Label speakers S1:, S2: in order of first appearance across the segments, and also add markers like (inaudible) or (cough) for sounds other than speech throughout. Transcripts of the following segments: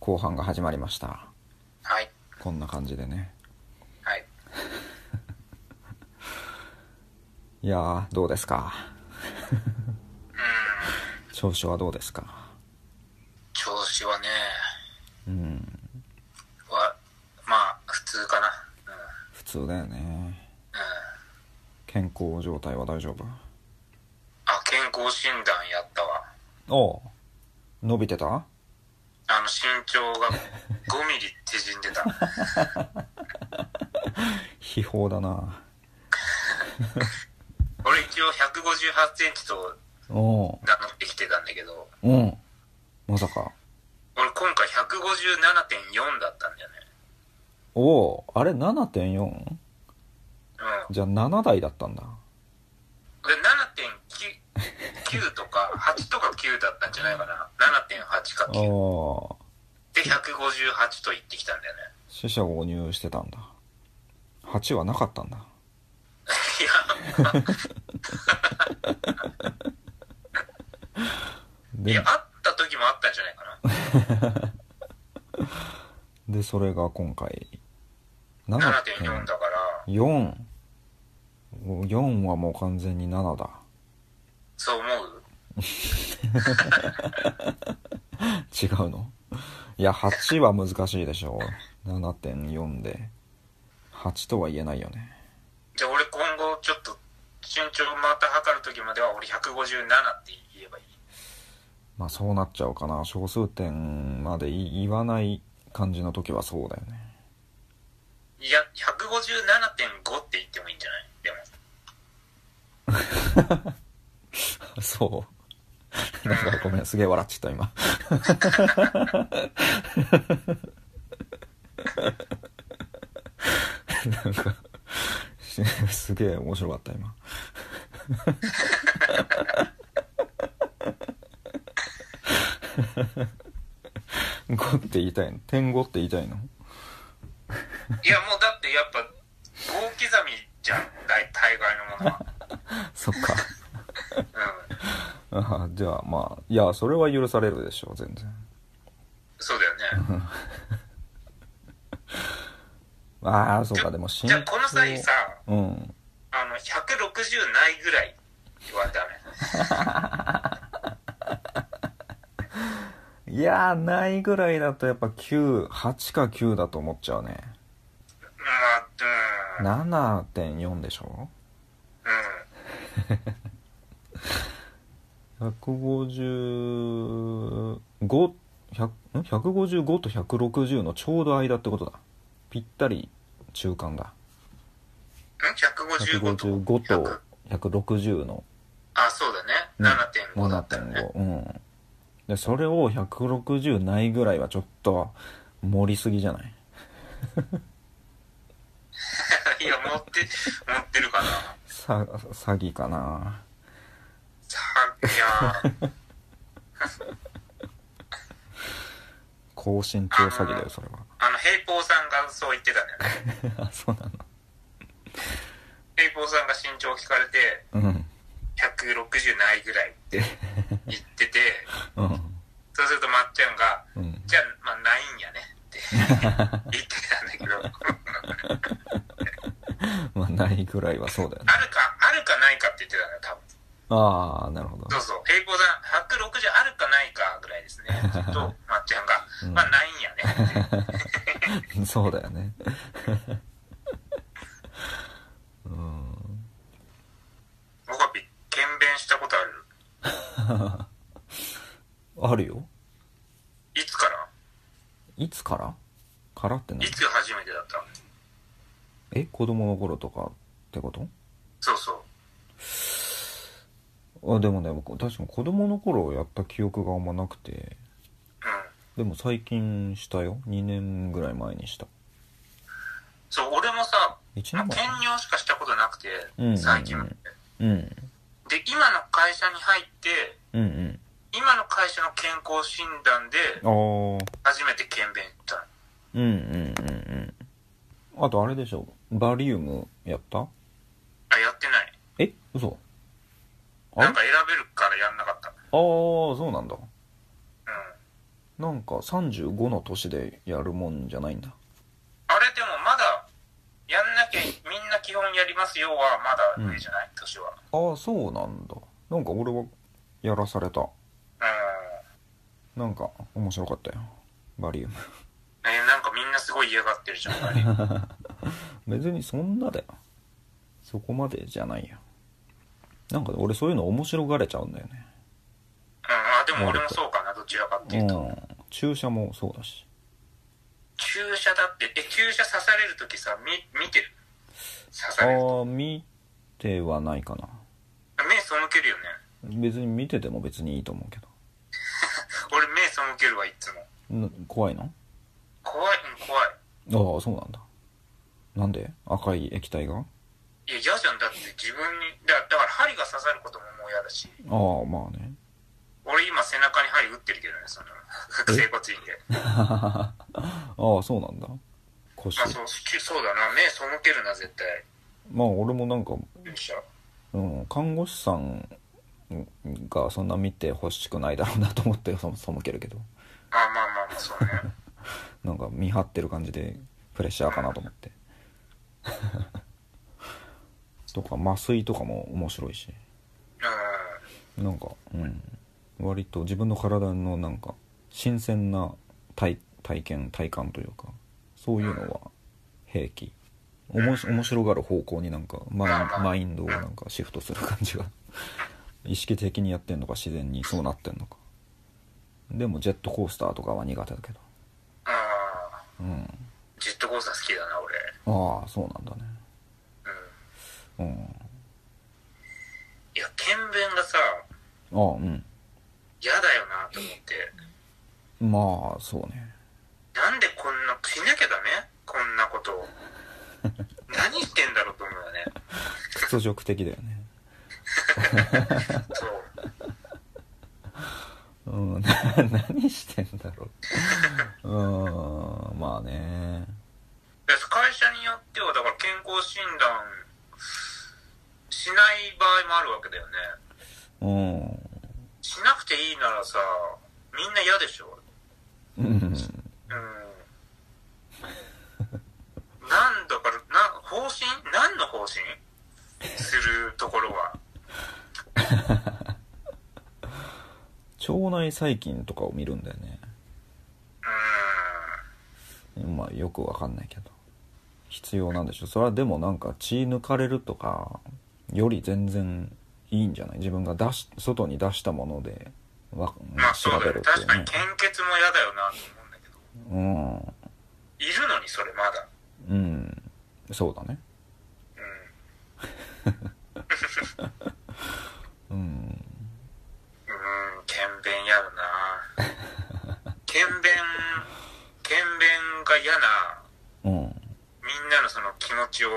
S1: 後半が始まりました
S2: はい。
S1: こんな感じでね
S2: はい。
S1: いやーどうですか (laughs) 調子はどうですか
S2: 調子はね、
S1: うん
S2: は、まあ、普通かな。うん。うん。
S1: 普通だよね健康状態は大丈
S2: あ、健康診断やったわ。
S1: 夫おう伸びてた
S2: あの、身長
S1: (laughs)
S2: が5ミリ縮んでた。
S1: 秘宝だな
S2: 俺一応158センチと
S1: おう
S2: 名乗ってきてたんだけど、
S1: うんまさか
S2: 俺今回157.4だったんだよね。
S1: おおうあれ 7.4?
S2: うん。
S1: じゃあ7台だったんだ
S2: 俺7.9と
S1: (laughs)
S2: か、8とか9だったんじゃないかな。7.8か
S1: お
S2: 9。
S1: お
S2: で、158と言ってきたんだよね。
S1: 死者誤入してたんだ8はなかったんだ
S2: いや、い
S1: で
S2: や、あった時もあったんじゃないかな。
S1: でそれが今回
S2: 7.4
S1: 7.4
S2: だから、
S1: 4はもう完全に7だ
S2: そう思う
S1: 違うのいや8は難しいでしょう7.4で8とは言えないよね
S2: じゃあ俺今後ちょっと身長また測る時までは俺157って言えばいい。
S1: まあそうなっちゃうかな小数点までい言わない感じの時はそうだよね
S2: いや、157.5って言ってもいいんじゃない
S1: (laughs)
S2: でも。
S1: そう (laughs) なんかごめんすげえ笑っちゃった今なんか (laughs) しすげえ面白かった今5って言いたいの点5って言いたいの
S2: いや、もうだってやっぱ、大刻みじゃん。大大概のものは。
S1: そっか
S2: うん。
S1: あじゃあまあいやそれは許されるでしょう全然
S2: そうだよね。
S1: ああそうかでも身
S2: じゃあこの際さ、
S1: うん
S2: あの、160ないぐらいはダメ。
S1: いやーないぐらいだとやっぱ98か9だと思っちゃうね
S2: まあ、うん。
S1: 7.4でしょ
S2: う
S1: 155 100ん155と160のちょうど間ってことだぴったり中間だ
S2: ん。ん ?155 と。
S1: 155と160の
S2: あ、そうだね。
S1: うん
S2: 7.5だったよね。
S1: 7.5うんでそれを160ないぐらいはちょっと盛りすぎじゃない
S2: いや、持って、持ってるかな。
S1: さ詐欺かな
S2: さいやー、
S1: 高身長詐欺だよそれは
S2: あの、平ポーさんがそう言ってたんだよね。
S1: あ (laughs) そうな
S2: 平ポーさんが身長聞かれて、
S1: のうん
S2: 160ないぐらいって言ってて、
S1: うん
S2: そうするとまっちゃんが、
S1: うん
S2: じゃあ、まあ、ないんやねって言ってたんだけど、
S1: まあないぐらいはそうだよね
S2: あるか、あるかないかって言ってたんだよ、多分。
S1: ああなるほど (laughs)
S2: そうそう。平行さん、160あるかないかぐらいですね。と、まっちゃんが、
S1: うん
S2: まあ、ないんやねって。
S1: そうだよねうん
S2: 僕はび、検便したことある。
S1: あるよ
S2: いつから
S1: いつからからってない
S2: つ初めてだった
S1: え子供の頃とかってこと
S2: そうそう。
S1: あでもね僕確かに子供の頃やった記憶があんまなくて
S2: うん。
S1: でも最近したよ2年ぐらい前にした
S2: そう、俺もさ、
S1: 1
S2: まあ
S1: 年
S2: 兼
S1: 前
S2: 業しかしたことなくて
S1: うんうんうん、
S2: 最近まで。
S1: うん
S2: で、今の会社に入って、
S1: うん
S2: 今の会社の健康診断で、
S1: うんああ
S2: 初めて検便行ったの。
S1: うんうんうんうんあとあれでしょバリウムやった
S2: あ、やってない。
S1: え嘘あれ
S2: なんか選べるからやんなかった。
S1: ああそうなんだ
S2: うん。
S1: なんか35の年でやるもんじゃないんだ
S2: あれでもまだやんなきゃみんな基本やりますよはまだ上じゃない、年は
S1: ああそうなんだなんか俺はやらされた
S2: うん
S1: なんか面白かったよバリウム (laughs)
S2: えーなんかみんなすごい嫌がってるじゃんあれ
S1: 別にそんなだよそこまでじゃないよなんか俺そういうの面白がれちゃうんだよね
S2: うんあでも俺もそうかなどちらかって
S1: う
S2: いうと、
S1: ん注射もそうだし
S2: 注射だってえ注射刺される時さみ見てる刺
S1: あ
S2: される
S1: あ見てはないかな
S2: 目背けるよね
S1: 別に見てても別にいいと思うけ
S2: 俺目背けるわいつも
S1: どな怖いの
S2: 怖いうん怖い
S1: ああそうなんだなんで赤い液体が
S2: いや嫌じゃんだって自分にだだから針が刺さることももう嫌だし
S1: ああまあね
S2: 俺今背中に針打ってるけどねその整骨院で
S1: (laughs) ああそうなんだ腰
S2: まあそうきそうだな目背けるな絶対
S1: まあ俺もなんか、
S2: 注射
S1: うん、看護師さんがそんな見てほしくないだろうなと思ってそ背けるけど
S2: あまあまあまあそうね
S1: なんか見張ってる感じでプレッシャーかなと思って (laughs) とか麻酔とかも面白いし
S2: うん
S1: なんか、うん、割と自分の体のなんか新鮮な体体験体感というかそういうのは平気おもし面白がる方向になんかマインマインドをなんかシフトする感じが (laughs) 意識的にやってんのか自然にそうなってんのかでもジェットコースターとかは苦手だけど
S2: ああ
S1: うん
S2: ジェットコースター好きだな俺
S1: ああそうなんだね
S2: うん
S1: うん
S2: いや検便がさ
S1: ああうん
S2: 嫌だよなと思って
S1: まあそうね
S2: なんでこんなしなきゃダメこんなことを何してんだろうと思うよね
S1: 屈辱的だよね
S2: そう
S1: うん、 (laughs) な何してんだろう。うん、まあね。
S2: で会社によってはだから健康診断しない場合もあるわけだよね
S1: うん。
S2: しなくていいならさみんな嫌でしょ
S1: うん。
S2: うん (laughs) なんだからな方針何の方針するところは
S1: 腸内細菌とかを見るんだよね。
S2: うん
S1: まあよくわかんないけど。必要なんでしょ。それはでもなんか血抜かれるとかより全然いいんじゃない自分が出し、外に出したものでわ
S2: まあ
S1: 調
S2: そうだ
S1: べ
S2: よ
S1: る
S2: ね
S1: ってい
S2: 確
S1: う
S2: かに
S1: ね。
S2: 献血も嫌だよなと思うんだけど
S1: うん。
S2: いるのにそれまだ
S1: うん。そうだね。うん。
S2: うーん、検便やるな検便、検便が嫌な、
S1: うん。
S2: みんなのその気持ちを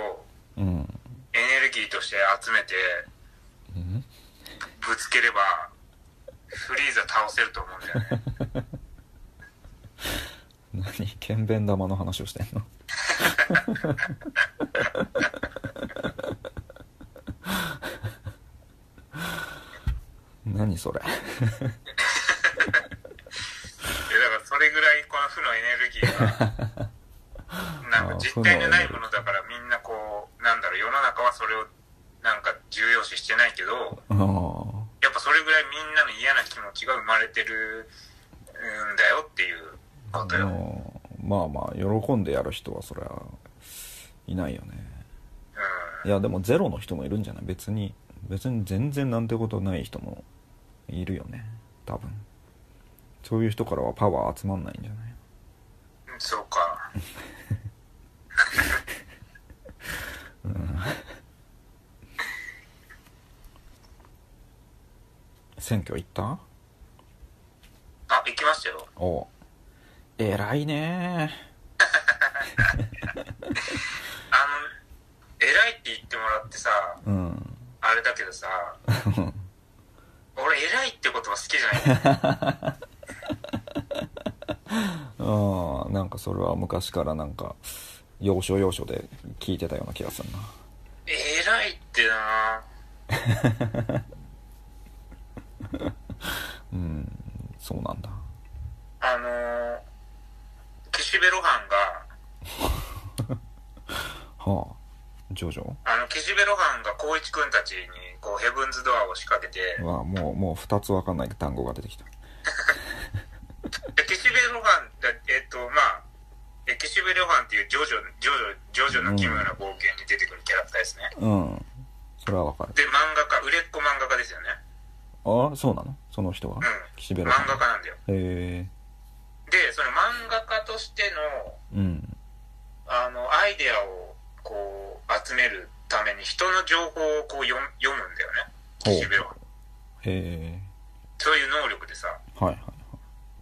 S1: うん。
S2: エネルギーとして集めて
S1: うん
S2: ぶつければ、フリーザ倒せると思うんだよね。
S1: 何 (laughs) 剣弁玉の話をしてんの (laughs) 何それ (laughs)
S2: いやだからそれぐらいこの負のエネルギーが、なんか実体のないものだからみんなこう、なんだろう、世の中はそれをなんか重要視してないけど、
S1: ああ
S2: やっぱそれぐらいみんなの嫌な気持ちが生まれてるんだよっていうことよ。
S1: まあまあ喜んでやる人はそりゃいないよね
S2: うん
S1: いやでもゼロの人もいるんじゃない別に別に全然なんてことない人もいるよね多分そういう人からはパワー集まんないんじゃない
S2: そうか。
S1: 選挙行った
S2: あ、行きましたよ。
S1: おう偉いね
S2: あの、偉いって言ってもらってさ、
S1: うん
S2: あれだけどさ、俺偉いって言葉好きじゃない
S1: ああなんかそれは昔からなんか要所要所で聞いてたような気がするな
S2: 偉いってな
S1: うんそうなんだ
S2: ああのー岸辺露伴が
S1: はあジョジョ
S2: あの岸辺露伴が光一くんたちにこうヘブンズドアを仕掛けて
S1: はもうもう2つ分かんない単語が出てきた
S2: で岸辺露伴だえっとまあえ岸辺露伴っていうジョジョジョジョジョジョの奇妙な冒険に出てくるキャラクターですね、
S1: うんそれは分かる
S2: で漫画家売れっ子漫画家ですよね
S1: ああそうなのその人は岸辺露
S2: 漫
S1: 伴
S2: 画家なんだよ
S1: へ
S2: でその漫画家としての
S1: えうん
S2: あのアイデアをこう集めるために人の情報をこう読む読むんだよね
S1: ほう
S2: 岸辺は
S1: へえ
S2: そういう能力でさ
S1: はいはい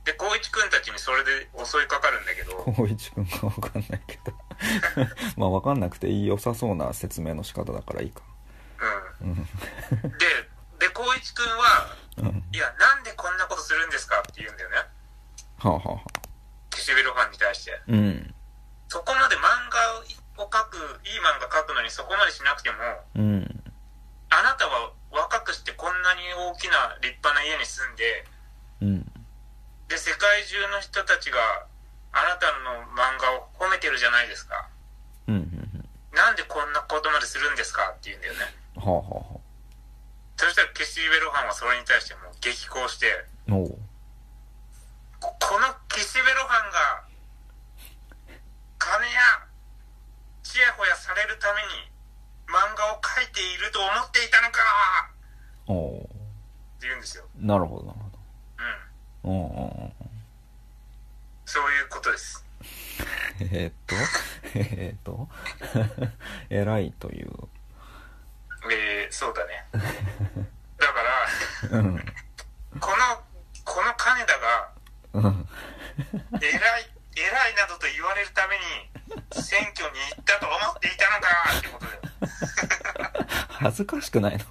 S2: で光一くんたちにそれで襲いかかるんだけど
S1: 光一君が分かんないけど (laughs) まあ分かんなくていい良さそうな説明の仕方だからいいか
S2: うん
S1: うん
S2: でで光一くんは
S1: うん
S2: 「いやなんでこんなことするんですか?」って言うんだよね
S1: はあはあはあ
S2: 岸辺露伴に対して
S1: うん
S2: そこまで漫画を描くいい漫画描くのにそこまでしなくても
S1: うん
S2: あなたは若くしてこんなに大きな立派な家に住んで
S1: うん
S2: で世界中の人たちがあなたの漫画を褒めてるじゃないですか
S1: うんうんうん
S2: なんでこんなことまでするんですかって言うんだよね
S1: はあはあは
S2: そしたら岸辺露伴はそれに対してもう激高して
S1: あおう
S2: ここの岸辺露伴が金やちやほやされるために漫画を描いていると思っていたのか
S1: おお
S2: って言うんですよ
S1: うなるほどなるほど
S2: うん
S1: うんうんうん
S2: そういうことです
S1: えーっとえーっと偉いという
S2: えー、そうだねだから
S1: うん
S2: このこの金田が
S1: うん
S2: 偉い偉いなどと言われるために選挙に行ったと思っていたのかってことだよ
S1: 恥ずかしくないの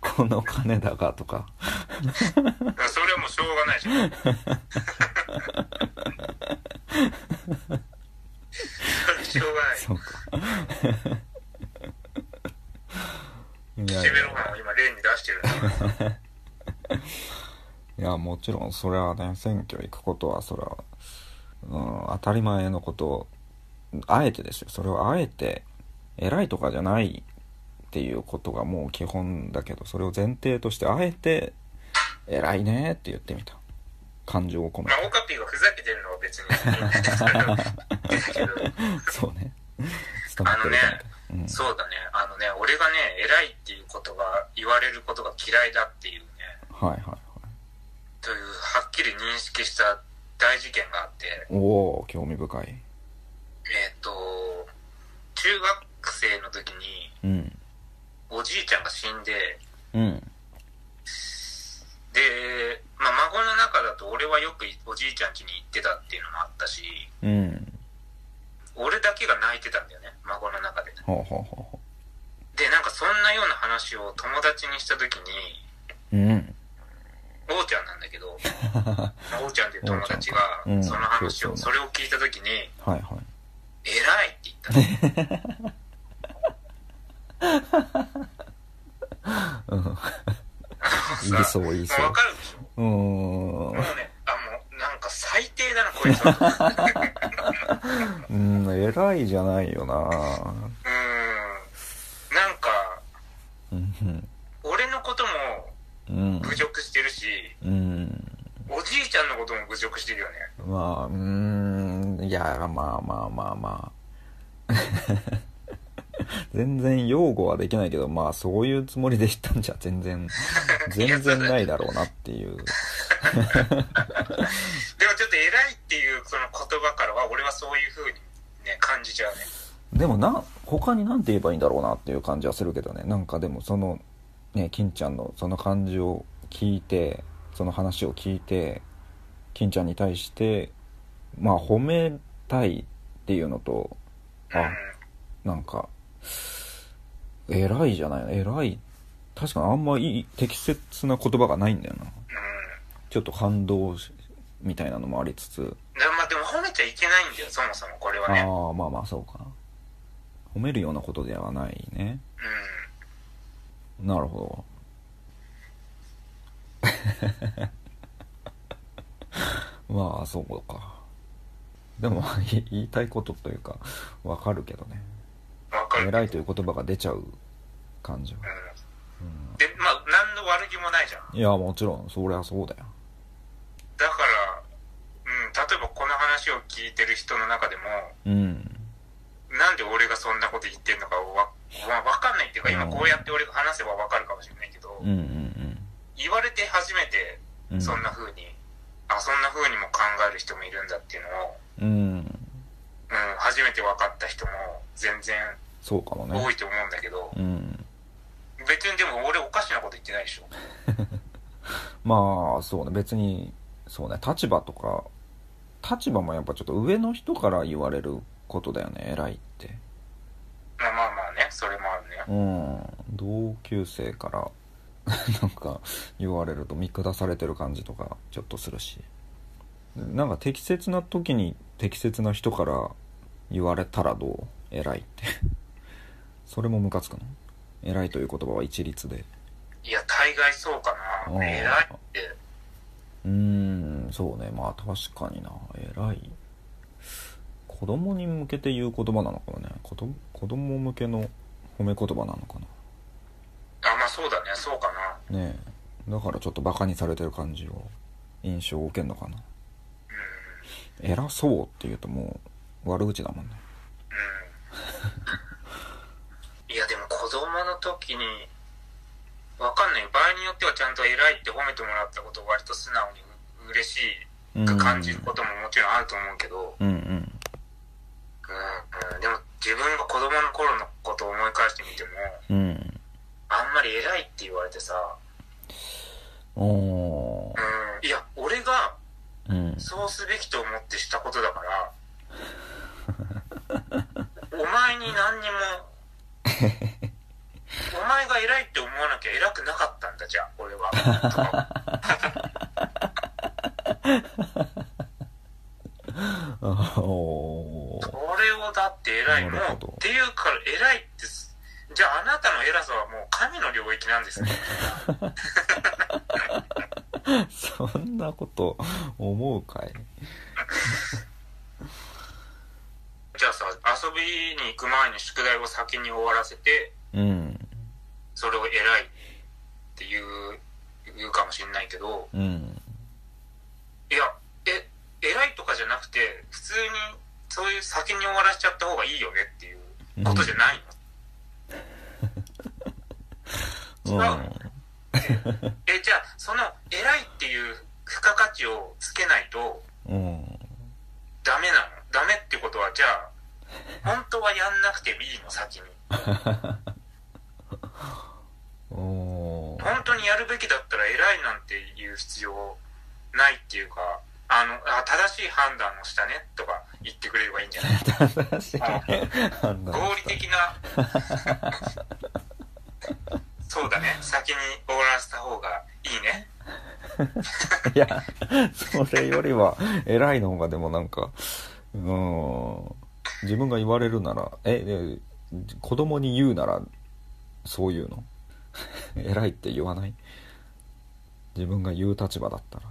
S1: この金だがとか
S2: だからそれはもうしょうがないじゃんだからしょうがない
S1: そうかいや
S2: 岸
S1: い
S2: 辺露伴を今例に出してるんだから
S1: やいやもちろんそれはね選挙行くことはそれは、うん、当たり前のことをあえてですよそれをあえて偉いとかじゃないっていうことがもう基本だけどそれを前提としてあえて「偉いね」って言ってみた感情を込め
S2: ま
S1: て (laughs)
S2: あオカピーがふざけてるのは別にそれはだけど
S1: そうね伝わ
S2: あ
S1: って
S2: の
S1: るかみ
S2: ね
S1: たいな、うん、
S2: そうだねあのね俺がね偉いっていうことが言われることが嫌いだっていうね
S1: はいはいはい
S2: というはっきり認識した大事件があって
S1: おおー興味深い
S2: えっ、と中学生の時に
S1: うん
S2: おじいちゃんが死んで
S1: うん
S2: で、まあ、孫の中だと俺はよくおじいちゃん家に行ってたっていうのもあったし
S1: うん
S2: 俺だけが泣いてたんだよね孫の中で
S1: ほうほうほうほ
S2: でなんかそんなような話を友達にした時に
S1: ううん
S2: おうちゃんなんだ
S1: (laughs)
S2: けどまあおうちゃんっていう友達が
S1: おうちゃんかうん
S2: その話
S1: そ
S2: を
S1: う
S2: そ
S1: そう
S2: れを聞いた時に
S1: はいはい
S2: 「偉い」って言ったの
S1: (laughs) うん (laughs)
S2: さ
S1: 言いそう言いそう
S2: もう分かるでしょ
S1: うーん
S2: もうねあもうなんか最低だなこいつは
S1: (laughs) うん偉いじゃないよな
S2: うーんなんか
S1: うんうん
S2: 俺のことも
S1: うん
S2: 侮辱してるし、
S1: うん
S2: おじいちゃんのことも侮辱してるよね
S1: まあうーんいやまあまあまあまあ (laughs) 全然擁護はできないけどまあそういうつもりで言ったんじゃ全然全然ないだろうなっていう
S2: でもちょっと偉いっていうその言葉からは俺はそういう風にね感じちゃうね
S1: でもな他に何て言えばいいんだろうなっていう感じはするけどねなんかでもそのね金ちゃんのその感じを聞いてその話を聞いて金ちゃんに対してまあ褒めたいっていうのと
S2: うん
S1: あなんか偉いじゃない偉い確かにあんまいい適切な言葉がないんだよな
S2: う
S1: ちょっと感動しみたいなのもありつつ
S2: んで,、まあ、でも褒めちゃいけないんだよそもそもこれは
S1: あ
S2: ね
S1: あまあまあそうか褒めるようなことではないね
S2: うん
S1: なるほ (laughs) まあそうかでも (laughs) まあい言いたいことというかわかるけどね
S2: わかる
S1: 偉いという言葉が出ちゃう感じは、
S2: うんでまあ何の悪気もないじゃん
S1: いやもちろんそりゃそうだよ
S2: だから、うん、例えばこの話を聞いてる人の中でも
S1: うん
S2: なんで俺がそんなこと言ってんのかわ、まあ、わかんないっていうか今こうやって俺が話せばわかるかもしれないけど、
S1: うんうん
S2: 言われて初めて
S1: うん
S2: そんな風に、あそんな風にも考える人もいるんだっていうのを、
S1: うん
S2: うん、初めて分かった人も全然
S1: そうかもね
S2: 多いと思うんだけど、
S1: うん
S2: 別にでも俺おかしなこと言ってないでしょ
S1: まあそうね別にそうね立場とか立場もやっぱちょっと上の人から言われることだよね偉いって
S2: まあまあまあねそれもあるね
S1: うん同級生から (laughs) なんか言われると見下されてる感じとかちょっとするしなんか適切な時に適切な人から言われたらどう偉いって (laughs) それもムカつくの偉いという言葉は一律で
S2: いや大概そうか
S1: あー
S2: な偉いって
S1: うーんそうねまあ確かにな偉い子供に向けて言う言葉なのかもね子供子供向けの褒め言葉なのか
S2: あまあそうだねそうかな
S1: なねえだからちょっとバカにされてる感じを印象を受けるのかな偉そうって言うともう悪口だもんね
S2: いやでも子供の時にわかんない場合によってはちゃんと偉いって褒めてもらったことを割と素直に嬉し
S1: う
S2: い
S1: ん
S2: く感じることももちろんあると思うけど、
S1: うんうん
S2: うんうん、でも自分が子供の頃のことを思い返してみても
S1: うん
S2: あんまり偉いって言われてさ、
S1: おー
S2: うん、いや俺が
S1: うん
S2: そうすべきと思ってしたことだから
S1: (laughs)
S2: お前に何にもお前が偉いって思わなきゃ偉くなかったんだじゃあ
S1: (laughs)
S2: 俺はとか
S1: おー
S2: 俺をだって偉いもん
S1: なるほど
S2: っていうから偉いってすじゃああなたの偉さはもう神の領域な
S1: (laughs)
S2: んですね
S1: そんなこと思うかい
S2: じゃあさ遊びに行く前に宿題を先に終わらせて
S1: うん
S2: それを偉いって言う言うかもしれないけど
S1: うん
S2: いや、え、偉いとかじゃなくて、普通に、そういう先に終わらしちゃった方がいいよねっていうことじゃない
S1: (laughs) うん
S2: の、違うのえ、じゃあ、その、偉いっていう付加価値をつけないと、
S1: うん
S2: ダメなのダメってことは、じゃ
S1: (laughs)
S2: あ、本当はやんなくてもいいの先に。
S1: おー (laughs)
S2: 本当にやるべきだったら偉いなんていう必要ないっていうか、あの、あ正しい判断をしたねとか言ってくれればいいんじゃない
S1: 正しい判断
S2: 合
S1: を
S2: 理
S1: し
S2: 的
S1: (laughs)
S2: なそうだね先に終わらせた方がいいね
S1: たいやそれよりは偉いの方がでもなんかうん自分が言われるならええ子供に言うならそういうの (laughs) 偉いって言わない自分が言う立場だったら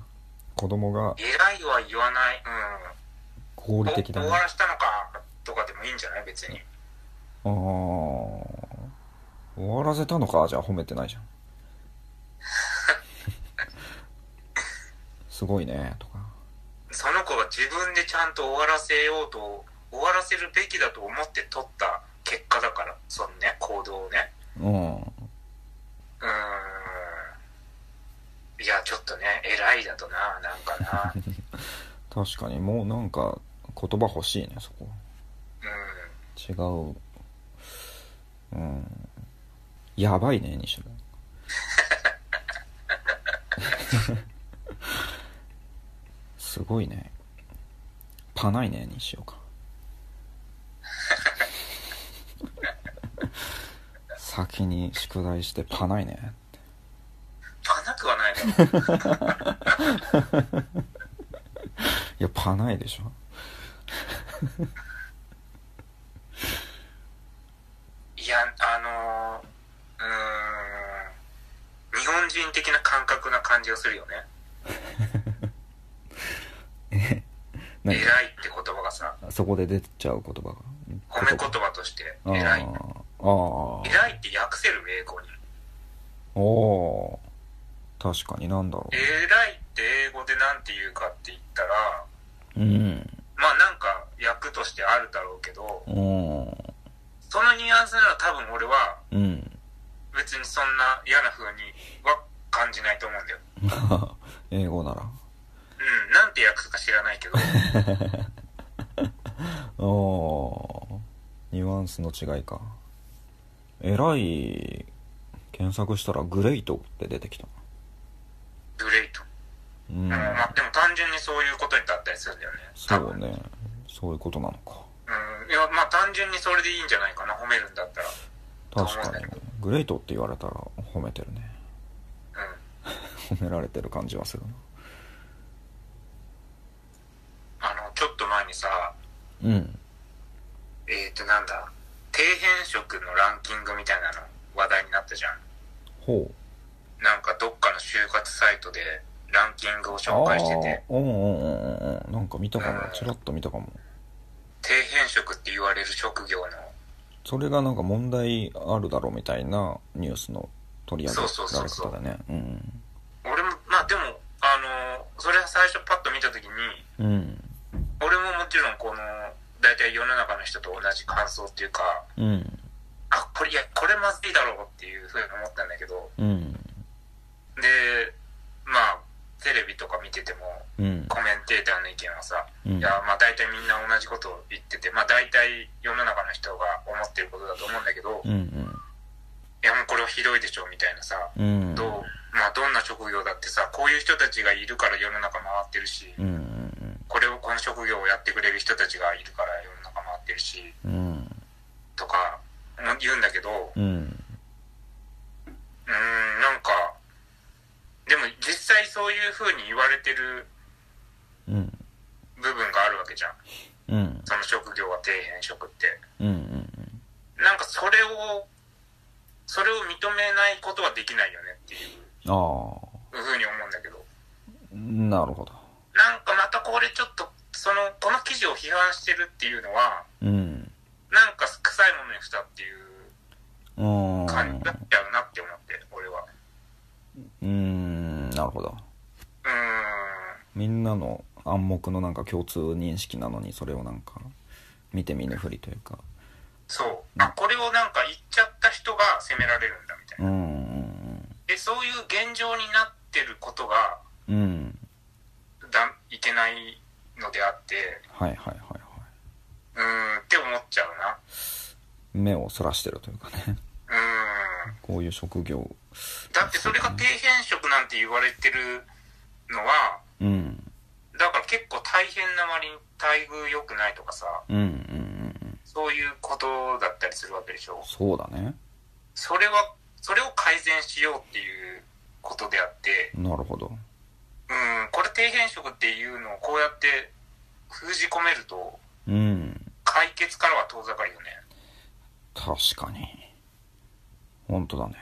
S1: 子供が
S2: 偉いは言わないうん
S1: 合理的だ
S2: お
S1: ね
S2: 終わらせたのかとかでもいいんじゃない別に
S1: あー終わらせたのかじゃあ褒めてないじゃんすごいねとか
S2: その子が自分でちゃんと終わらせようと終わらせるべきだと思って取った結果だからそのね行動をね
S1: う
S2: うーんいやちょっとね偉いだとななんか
S1: (laughs)
S2: なうん
S1: ん確かにもうなんか言葉欲しいねそこ違ううんやばいねにしてもすごいねパないねにしようか先に宿題してパないねって
S2: パなくはないだろ
S1: いやパないでしょ
S2: いや、あのーうーん、日本人的な感覚な考感じがするよね
S1: 何
S2: 偉いって言葉がさ
S1: そこで出ちゃう言葉が
S2: 褒め言葉として
S1: あ
S2: 偉い
S1: ああ
S2: 偉いって訳せる英語に
S1: あお確かになんだろ
S2: 偉いって英語でなんて言うかって言ったら
S1: ううん
S2: まあなんか訳としてあるだろうけど
S1: うん
S2: そのニュアンスなら多分俺は
S1: うん (laughs)
S2: 別にそんな嫌な風には感じないと思うんだよ
S1: まあ英語なら
S2: うんなんて訳すか知らな
S1: (laughs)
S2: いけど
S1: あーニュアンスの違いか偉い検索したらグレイトって出てきた
S2: グレイト
S1: うん
S2: うん、まあでも単純にそういうことにだったりするんだよね。
S1: そ
S2: 多分
S1: うねそういうことなのか
S2: うん。いや、まあ単純にそれでいいんじゃないかな、褒めるんだったら。
S1: 確かにグレイトって言われたら褒めてるね
S2: うん。
S1: 褒められてる感じはする
S2: あの、ちょっと前にさ、
S1: なうん
S2: えっ、ー、となんだ、底辺色のランキングみたいなの話題になったじゃん。
S1: ほう
S2: なんかどっかの就活サイトでランキングを
S1: あ
S2: 紹介してて、
S1: ーうんうんうんうんうんなんか見たかも
S2: うん
S1: ちらっと見たかも
S2: 底辺色って言われる職業の、
S1: それがなんか問題あるだろうみたいなニュースの取り上げ
S2: そうそう
S1: ら
S2: そ
S1: れ方
S2: うそう
S1: だねうん
S2: 俺も、まあでも、あの、それは最初パッと見たときに、
S1: うん
S2: 俺ももちろんこの、大体世の中の人と同じ感想っていうか、
S1: うん
S2: あこれいやこれまずいだろうっていうふうに思ったんだけど
S1: うん
S2: でまあテレビとか見てても
S1: うん
S2: コメンテーターの意見はさ、
S1: うん
S2: いやまあ大体みんな同じことを言っててまあ大体世の中の人が思ってることだと思うんだけ
S1: う
S2: ど、い
S1: ん
S2: やもうこれはひどいでしょみたいなさ、
S1: うんうん
S2: どうまあどんな職業だってさこういう人たちがいるから世の中回ってるし、
S1: うんうん
S2: これをこの職業をやってくれる人たちがいるから世の中回ってるし
S1: うん
S2: とかも言うんだけど、
S1: うん
S2: うーんなんかでも実際そういう風に言われてる
S1: うん
S2: 部分があるわけじゃ
S1: う
S2: ん
S1: ん
S2: その職業は底辺職って
S1: うんうん
S2: なんかそれをそれを認めないことはできないよねっていう
S1: あ
S2: 風に思うんだけど
S1: あなるほど
S2: なんかまたこれちょっとそのこの記事を批判してるっていうのは
S1: うん
S2: なんか臭いものに蓋っていう
S1: うん
S2: 感じになっちゃうなって思って俺は
S1: うんなるほど
S2: うーん
S1: みんなの暗黙のなんか共通認識なのにそれをなんか見て見ぬふりというか
S2: そうあこれをなんか言っちゃった人が責められるんだみたいな
S1: うん
S2: でそういう現状になってることが
S1: うんうん
S2: だいけないのであって
S1: はいはいはいはいう
S2: ーんって思っちゃうな
S1: 目をそらしてるというかね (laughs)
S2: うーん
S1: こういう職業
S2: だってそれが底辺職なんて言われてるのは
S1: うん
S2: だから結構大変な割に待遇良くないとかさ
S1: うんうんうんうん
S2: そういうことだったりするわけでしょ
S1: そうだね
S2: それはそれを改善しようっていうことであって
S1: なるほど
S2: うーんこれ底辺職っていうのをこうやって封じ込めると
S1: うん
S2: 解決からは遠ざかるよね
S1: 確かに本当だね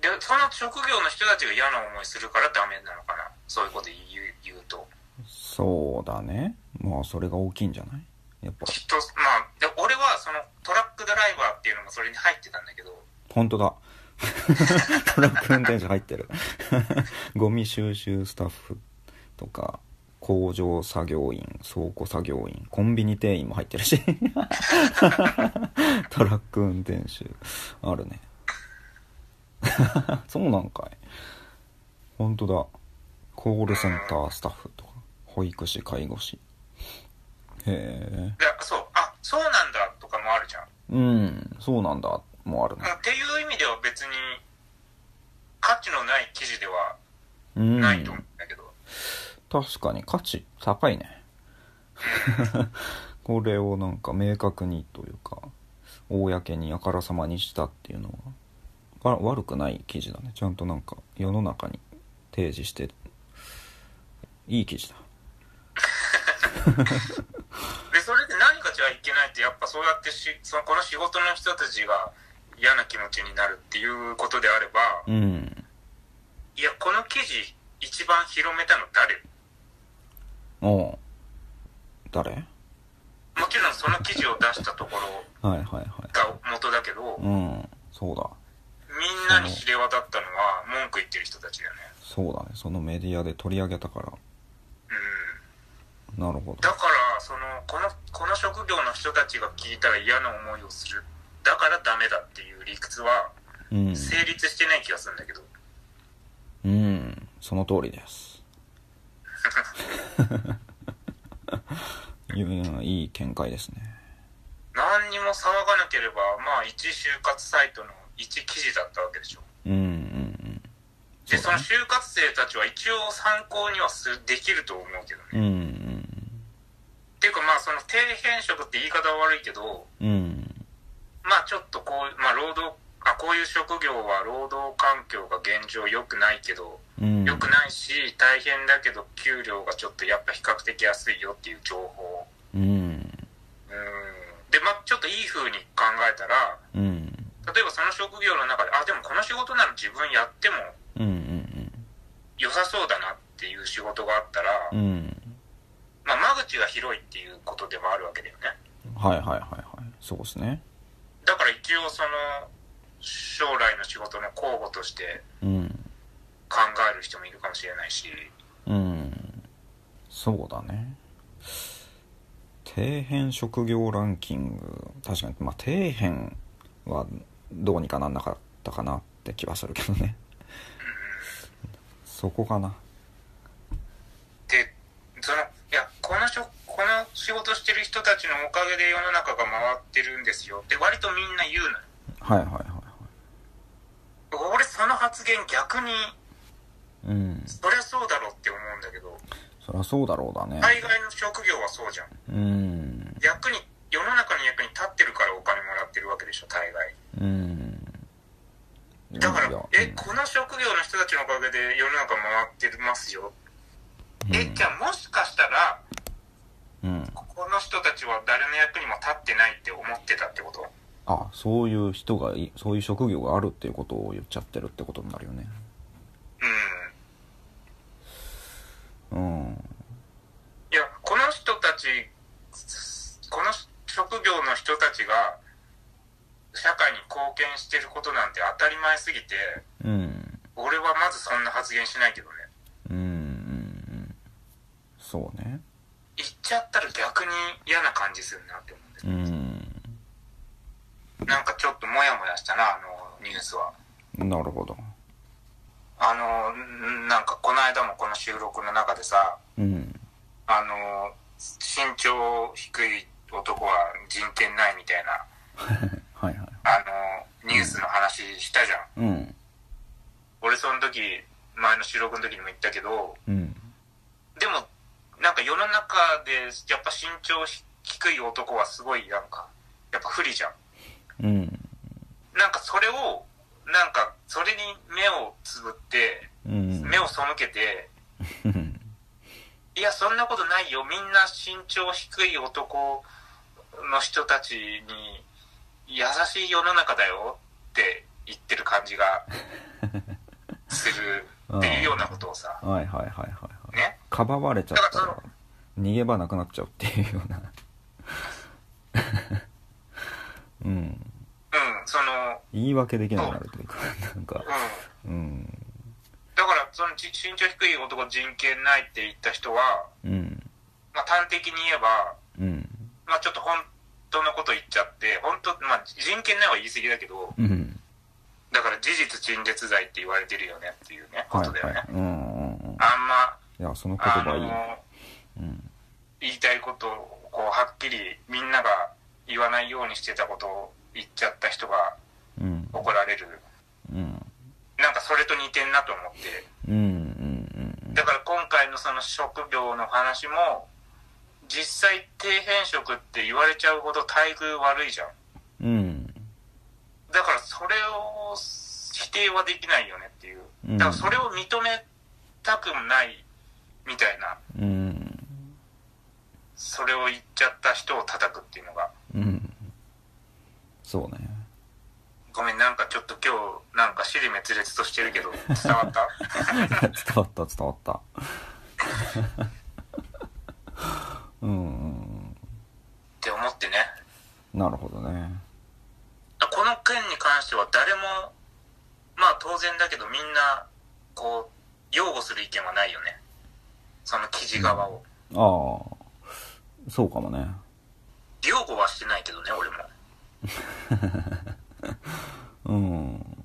S2: でその職業の人たちが嫌な思いするからダメなのかなそういうこと言う言うと
S1: そうだねまあそれが大きいんじゃないやっぱ
S2: きっとまあで俺はそのトラックドライバーっていうのもそれに入ってたんだけど
S1: 本当だ (laughs) トラック運転手入ってる (laughs) ゴミ収集スタッフとか工場作業員倉庫作業員コンビニ店員も入ってるし (laughs) トラック運転手あるね (laughs) そうなんかい本当だコールセンタースタッフとか保育士介護士へえ
S2: でそうあそうなんだとかもあるじゃん、
S1: うんそうなんだもあるね
S2: うんっていう意味では別に価値のない記事では
S1: うん
S2: ないと思うんだけど、
S1: 確かに価値高い (laughs) ねこれをなんか明確にというか公にあからさまにしたっていうのはわ悪くない記事だねちゃんとなんか世の中に提示してるいい記事だ
S2: でそれで何かじゃいけないってやっぱそうやってしそのこの仕事の人たちが嫌な気持ちになるっていうことであれば、
S1: うん
S2: いやこの記事一番広めたの誰
S1: おう誰
S2: もちろんその記事を出したところ
S1: はいはいはい
S2: が元だけど、み
S1: うんそうだ
S2: んなに知れ渡ったのは文句言ってる人たちだよね。
S1: そうだねそのメディアで取り上げたから
S2: うん。
S1: なるほ
S2: だからそのこのこの職業の人たちが聞いたら嫌な思いをするだからダメだっていう理屈は
S1: どうん
S2: 成立してない気がするんだけど、
S1: うんその通りです (laughs) いやいい見解ですね
S2: 何にも騒がなければまあ一就活サイトの一記事だったわけでしょ
S1: うんうんうん
S2: で
S1: そ
S2: そうの
S1: だね
S2: 就活生たちは一応参考にはするできると思うけどね、
S1: うん
S2: っていうかまあその底辺職って言い方は悪いけど
S1: うんうん
S2: まあちょっとこう、まあ、労働あこういう職業は労働環境が現状良くないけど
S1: うん
S2: 良くないし大変だけど給料がちょっとやっぱ比較的安いよっていう情報
S1: うん
S2: うんでまあちょっといい風に考えたら
S1: うん
S2: 例えばその職業の中であでもこの仕事なら自分やっても
S1: うんうん
S2: 良さそうだなっていう仕事があったら、
S1: うんうん
S2: まあ、間口が広いっていうことでもあるわけだよね
S1: はいはいはいはいそうですね
S2: だから一応その将来の仕事の候補として
S1: うん
S2: 考える人もいるかもしれないし
S1: うんそうだね底辺職業ランキング確かにまあ底辺はどうにかなんなかったかなって気はするけどね (laughs) そこかな
S2: でそのいやこのしょこの仕事してる人たちのおかげで世の中が回ってるんですよって割とみんな言うのよ
S1: はいはいはいは
S2: 俺その発言逆に
S1: いうん
S2: そりゃそうだろうって思うんだけど
S1: そりゃそうだろうだね
S2: 海外の職業はそうじゃん
S1: うん
S2: 役に世の中の役に立ってるからお金もらってるわけでしょ大概
S1: うん
S2: だから
S1: いや
S2: えこの職業の人たちのおかげで世の中回ってますよえじゃあもしかしたら
S1: うん、うん、
S2: この人たちは誰の役にも立ってないって思ってたってこと
S1: あそういう人がいそういう職業があるっていうことを言っちゃってるってことになるよね
S2: うん
S1: うん
S2: いやこの人たちこの職業の人たちが社会に貢献してることなんて当たり前すぎて
S1: うん
S2: 俺はまずそんな発言しないけどね
S1: うんうんうんそうね
S2: 言っちゃったら逆に嫌な感じするなって思うんだよ
S1: うん
S2: なんかちょっとモヤモヤしたなあのニュースは
S1: なるほど
S2: あのんなんかこの間もこの収録の中でさ
S1: うん (laughs)
S2: あの身長低い男は人権ないみたいな
S1: はいはい
S2: あのニュースの話したじゃん
S1: うん
S2: 俺その時前の収録の時にも言ったけど
S1: うん
S2: でもなんか世の中でやっぱ身長低い男はすごいなんかやっぱ不利じゃん
S1: うん
S2: なんかそれをなんかそれに目をつぶって
S1: うん
S2: 目を背けて、
S1: うん
S2: いやそんなことないよみんな身長低い男の人たちに優しい世の中だよって言ってる感じがするっていうようなことをさ
S1: はいはいはいはいはい
S2: ね
S1: かばわれちゃった
S2: だ
S1: ら
S2: か
S1: 逃げ場なくなっちゃうっていうような (laughs) うん
S2: うんその
S1: 言い訳できなくなるというか (laughs) なんか
S2: うん
S1: うん
S2: だからそのち身長低い男人権ないって言った人は、
S1: うん
S2: まあ、端的に言えば、
S1: うん
S2: まあ、ちょっと本当のこと言っちゃって本当、まあ、人権ないは言い過ぎだけど
S1: うん
S2: だから事実陳列罪って言われてるよねっていうねこ
S1: はい
S2: とだよね、
S1: はいうんうんうん
S2: あんま
S1: いやその言
S2: あ
S1: 葉いい
S2: の
S1: うん
S2: 言いたいことをこうはっきりみんなが言わないようにしてたことを言っちゃった人が
S1: うん
S2: 怒られる
S1: うん
S2: なんかそれと似てんなと思って。
S1: うんうん
S2: だから今回のその職業の話も実際底辺職って言われちゃうほど待遇悪いじゃん
S1: うんうん
S2: だからそれを否定はできないよねっていう
S1: うん
S2: だからそれを認めたくもないみたいな
S1: うん
S2: それを言っちゃった人を叩くっていうのが
S1: うんそうね
S2: ごめん、なんかちょっと今日、なんか尻滅裂としてるけど、伝わった
S1: (laughs) (laughs) 伝わった伝わった (laughs) うんうん
S2: って思ってね。
S1: うんなるほどね
S2: この件に関しては誰も、まあ当然だけどみんな、こう、擁護する意見はないよね。その記事側を。
S1: ああそうかもね
S2: 擁護はしてないけどね、俺も。
S1: うん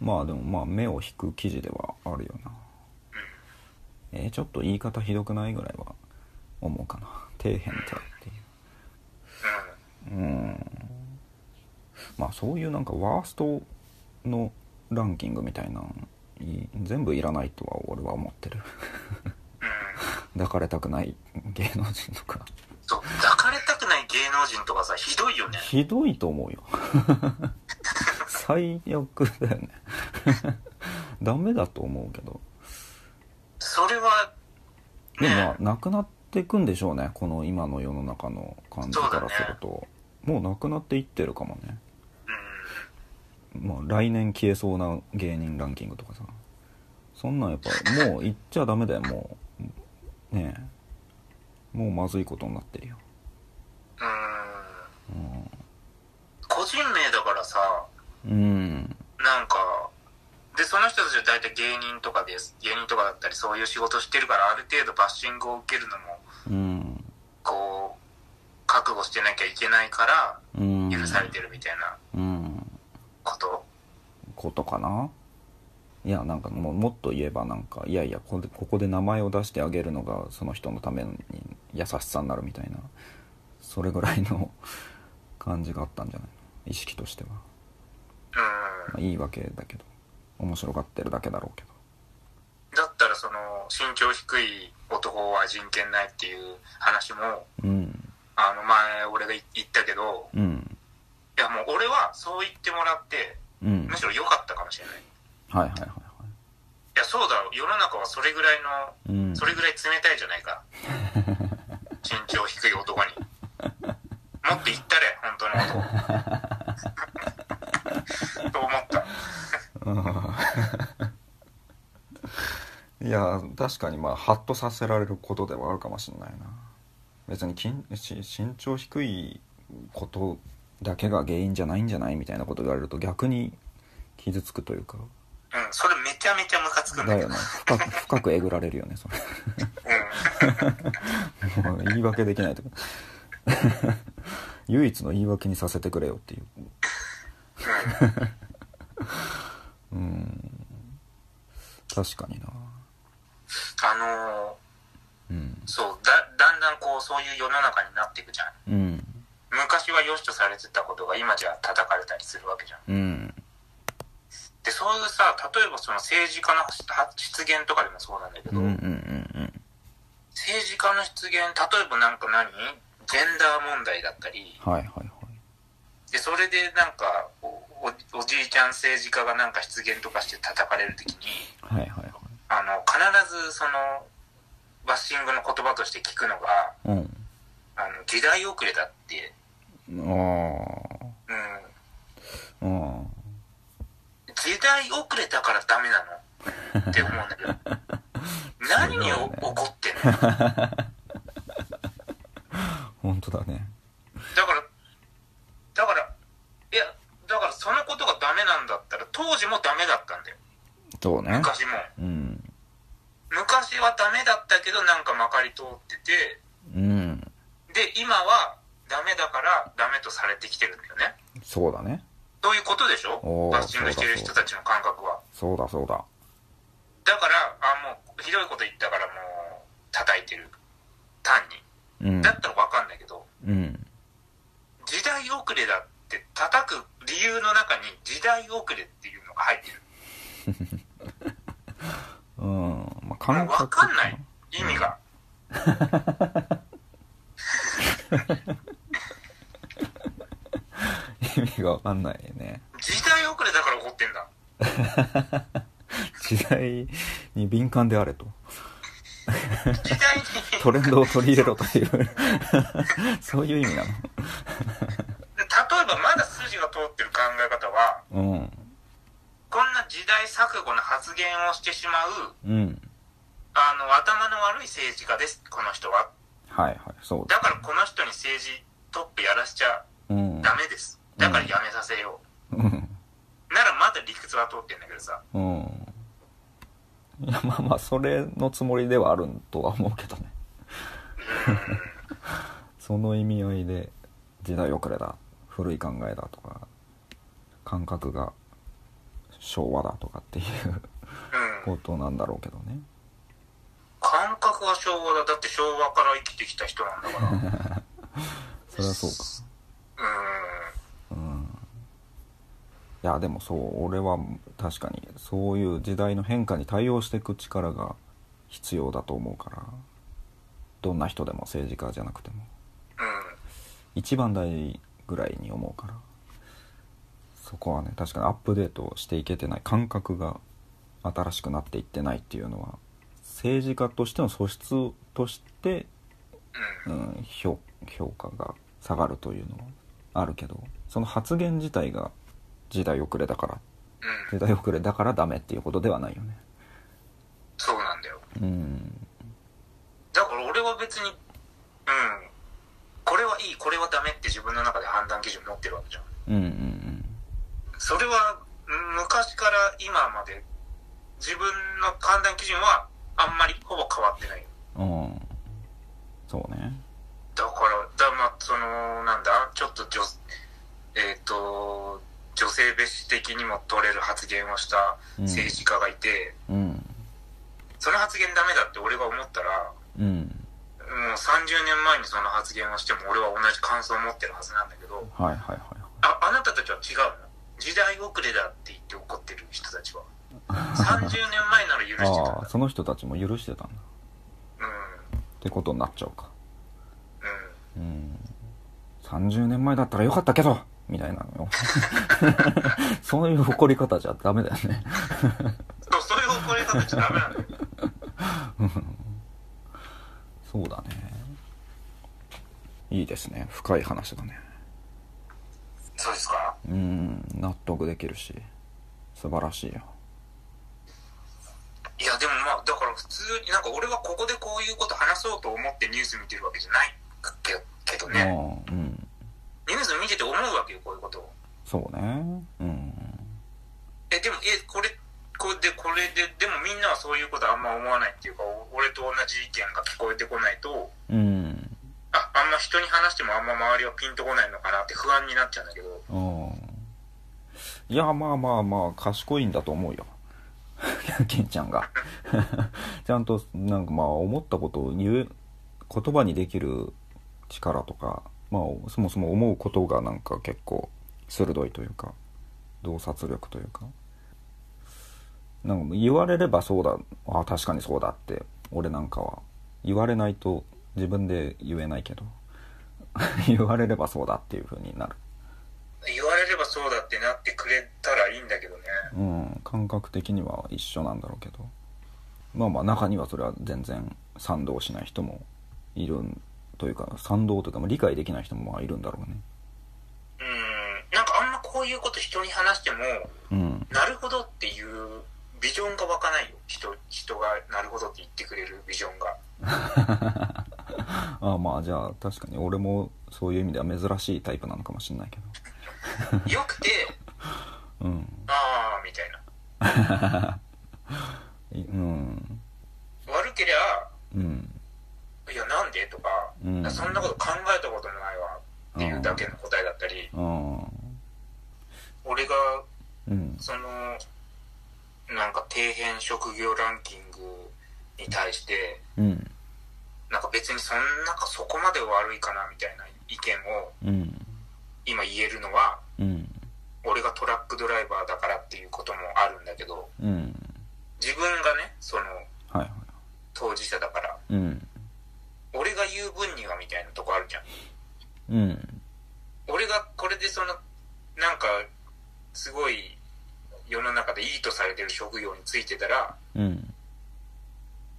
S1: まあでもまあ目を引く記事ではあるよなえーちょっと言い方ひどくないぐらいは思うかな底辺ってっていう
S2: うん。
S1: うんまあそういうなんかワーストのランキングみたいなんい全部いらないとは俺は思ってる (laughs)
S2: うん。
S1: 抱かれたくない芸能人とか
S2: そう、抱かれたくない芸能人とかさ、ひどいよね。
S1: ひどいと思うよ (laughs) 最悪だよね (laughs) ダメだと思うけど
S2: それは、
S1: で
S2: ね
S1: もまあなくなっていくんでしょうねこの今の世の中の感じからすると、もうなくなっていってるかもね
S2: うん。
S1: まあ来年消えそうな芸人ランキングとかさそんなんやっぱもう行っちゃダメだよもうねえもうまずいことになってるよ
S2: うん。
S1: うん
S2: 個人名だからさ、
S1: うん
S2: なんか、で、その人たちは大体芸人とかです。芸人とかだったり、そういう仕事してるから、ある程度バッシングを受けるのも、
S1: うん
S2: こう、覚悟してなきゃいけないから、
S1: うん
S2: 許されてるみたいな
S1: うん
S2: こと。
S1: ことかないやなんかもうもっと言えばなんかいやいやここでここで名前を出してあげるのがその人のために優しさになるみたいなそれぐらいの (laughs) 感じがあったんじゃないの意識としては、
S2: うん。
S1: まあ、いいわけだけど面白がってるだけだろうけど
S2: だったら、その、身長低い男は人権ないっていう話も、
S1: うん
S2: あの、前、俺が言ったけど、
S1: うん
S2: いや、もう俺はそう言ってもらって、
S1: うん
S2: むしろ良かったかもしれない。い
S1: はいはいはいは
S2: や、そうだろ。世の中はそれぐらいの
S1: いうん
S2: それぐらい冷たいじゃないか身長低い男にもっと言ったれ本当の
S1: (laughs)
S2: ことと思っ
S1: (laughs)
S2: た
S1: いや確かにまあハッとさせられることではあるかもしれないな別に筋し身長低いことだけが原因じゃないんじゃないみたいなこと言われると逆に傷つくというか
S2: うんそれめちゃめちゃムカつくんだ
S1: だ
S2: けど
S1: よね深く深くえぐられる (laughs) よねそれもう言い訳できないとか (laughs) 唯一の言い訳にさせてくれよっていう
S2: う
S1: う
S2: ん、うん、
S1: ん確かにな
S2: あの
S1: うん
S2: ーそうだだんだんこうそういう世の中になっていくじゃん
S1: うん
S2: 昔は良しとされてたことが今じゃ叩かれたりするわけじゃ
S1: う
S2: ん
S1: ん
S2: でそういうさ例えばその政治家の失言とかでもそうなんだけ
S1: う
S2: ど、
S1: んうんうん
S2: 政治家の失言例えばなんか何ジェンダー問題だったり
S1: はいはいはい
S2: でそれでなんかおおおじいちゃん政治家がなんか失言とかして叩かれる時に
S1: はいはいはい
S2: あの必ずそのバッシングの言葉として聞くのが
S1: うん
S2: あの時代遅れだって、
S1: あ
S2: うん、
S1: あうん
S2: 時代遅れだからダメなのって思うんだけ
S1: (laughs)
S2: ど何にお怒ってんのだか
S1: 本当だね
S2: らだからいやだからそのことがダメなんだったら当時もダメだったんだよ
S1: そうね
S2: 昔も
S1: うん
S2: 昔はダメだったけどなんかまかり通ってて
S1: うん
S2: で今はダメだからダメとされてきてるんだよね
S1: そうだね
S2: そういうことでしょ
S1: おー
S2: バッシングしてる人たちの感覚は
S1: そうだそうだ
S2: だからあもうひどいこと言ったからもう叩いてる単に
S1: うん
S2: だったら分かんないけど
S1: うん
S2: 時代遅れだって叩く理由の中に時代遅れっていうのが入ってる
S1: うんまあ
S2: も
S1: 感
S2: う
S1: 覚
S2: 分かんない意味が
S1: 意味がわかんないね
S2: 時代遅れだから怒ってんだ
S1: 時代に敏感であれと
S2: 時代に (laughs)
S1: トレンドを取り入れろというそういう意味なの
S2: 例えばまだ筋が通ってる考え方は、
S1: うん
S2: こんな時代錯誤な発言をしてしま
S1: う
S2: う、
S1: ん
S2: あの、頭の悪い政治家です、この人は。
S1: はいはいそうで
S2: だからこの人に政治トップやらしちゃ
S1: すうん
S2: ダメです。だからやめさせよ
S1: うん
S2: う。ならまだ理屈は通ってんだけどさ。
S1: うんいやまあまあそれのつもりではあるとは思うけどねその意味合いで時代遅れだ古い考えだとか感覚が昭和だとかっていう
S2: う
S1: こ
S2: ん。
S1: となんだろうけどね
S2: 感覚は昭和だ。だって昭和から生きてきた人なんだから。うん。
S1: それはそうかうんいやでもそう俺は確かにそういう時代の変化に対応していく力が必要だと思うからどんな人でも政治家じゃなくても
S2: うん。
S1: 一番大事ぐらいに思うからそこはね確かにアップデートしていけてない感覚が新しくなっていってないっていうのは政治家としての素質として、
S2: う。
S1: うんん、評評価が下がるというのはあるけどその発言自体が時代遅れだから
S2: うん。
S1: 時代遅れだからダメっていうことではないよね
S2: そうなんだよ。
S1: うん
S2: だから俺は別に、うん。これはいい、これはダメって自分の中で判断基準持ってるわけじゃん。
S1: うんうん
S2: それはうん昔から今まで自分の判断基準はあんまりほぼ変わってない
S1: うんうんそうね
S2: だからだまあそのなんだちょっと女えっ、と女性蔑視的にも取れる発言をした政治家がいて、
S1: うん
S2: その発言ダメだって俺が思ったら
S1: うん
S2: もう30年前にその発言をしても俺は同じ感想を持ってるはずなんだけど
S1: はいはいはいはい
S2: ああなたたちは違うの時代遅れだって言って怒ってる人たちは30年前なら許してたん
S1: (laughs) あ
S2: だ
S1: あその人たちも許してたんだ
S2: うん
S1: ってことになっちゃうか
S2: う
S1: うん30年前だったらよかったけどみたいなのよ (laughs) そういう怒り方じゃダメだよね
S2: ん。そう、そういう怒り方じゃダメなんだよ。
S1: そうだねいいですね深い話だね
S2: そうですか
S1: うん納得できるし素晴らしいよ
S2: いや、でもまあ、だから普通に、なんか俺はここでこういうこと話そうと思ってニュース見てるわけじゃないけけど
S1: ああ
S2: ね。
S1: うん
S2: ニュース見てて思うわけよ、こういうことを。
S1: そうねうん
S2: え、でも、え、これ、これで、これで、でもみんなはそういうことあんま思わないっていうか、お俺と同じ意見が聞こえてこないと、
S1: うん
S2: あ、あんま人に話してもあんま周りはピンとこないのかなって不安になっちゃうんだけど。
S1: うんいやまあまあまあ賢いんだと思うよ (laughs) 金ちゃんが (laughs) ちゃんとなんかまあ思ったことを言う言葉にできる力とか、まあ、そもそも思うことがなんか結構鋭いというか洞察力というかなんか言われればそうだああ確かにそうだって俺なんかは言われないと自分で言えないけど (laughs) 言われればそうだっていう風になる
S2: 言われればそうだってなってくれたらいいんだけどね。
S1: うん、感覚的には一緒なんだろうけどまあまあ中にはそれは全然賛同しない人もいるんというか賛同というかまあ理解できない人もまあいるんだろうね
S2: うん。なんかあんまこういうこと人に話しても、
S1: うん
S2: なるほどっていうビジョンが湧かないよ人人がなるほどって言ってくれるビジョンが
S1: (laughs) ああまあじゃあ確かに俺もそういう意味では珍しいタイプなのかもしれないけ
S2: よくて
S1: どうん
S2: ああみたいない
S1: うん
S2: 悪けりゃ
S1: うん
S2: いやなんでとか、
S1: うん
S2: そんなこと考えたこともないわっていうだけの答えだったり、
S1: ああ
S2: 俺が
S1: うん
S2: そのなんか底辺職業ランキングに対して
S1: うん
S2: なんか別にそんなかそこまで悪いかなみたいな意見を
S1: うん
S2: 今言えるのは
S1: うん
S2: 俺がトラックドライバーだからっていうこともあるんだけど
S1: うん
S2: 自分がねその
S1: はいはい
S2: 当事者だから
S1: うん
S2: 俺が言う分にはみたいなとこあるじゃん
S1: うん
S2: 俺がこれでそのなんかすごい世の中でいいとされてる職業についてたら
S1: うん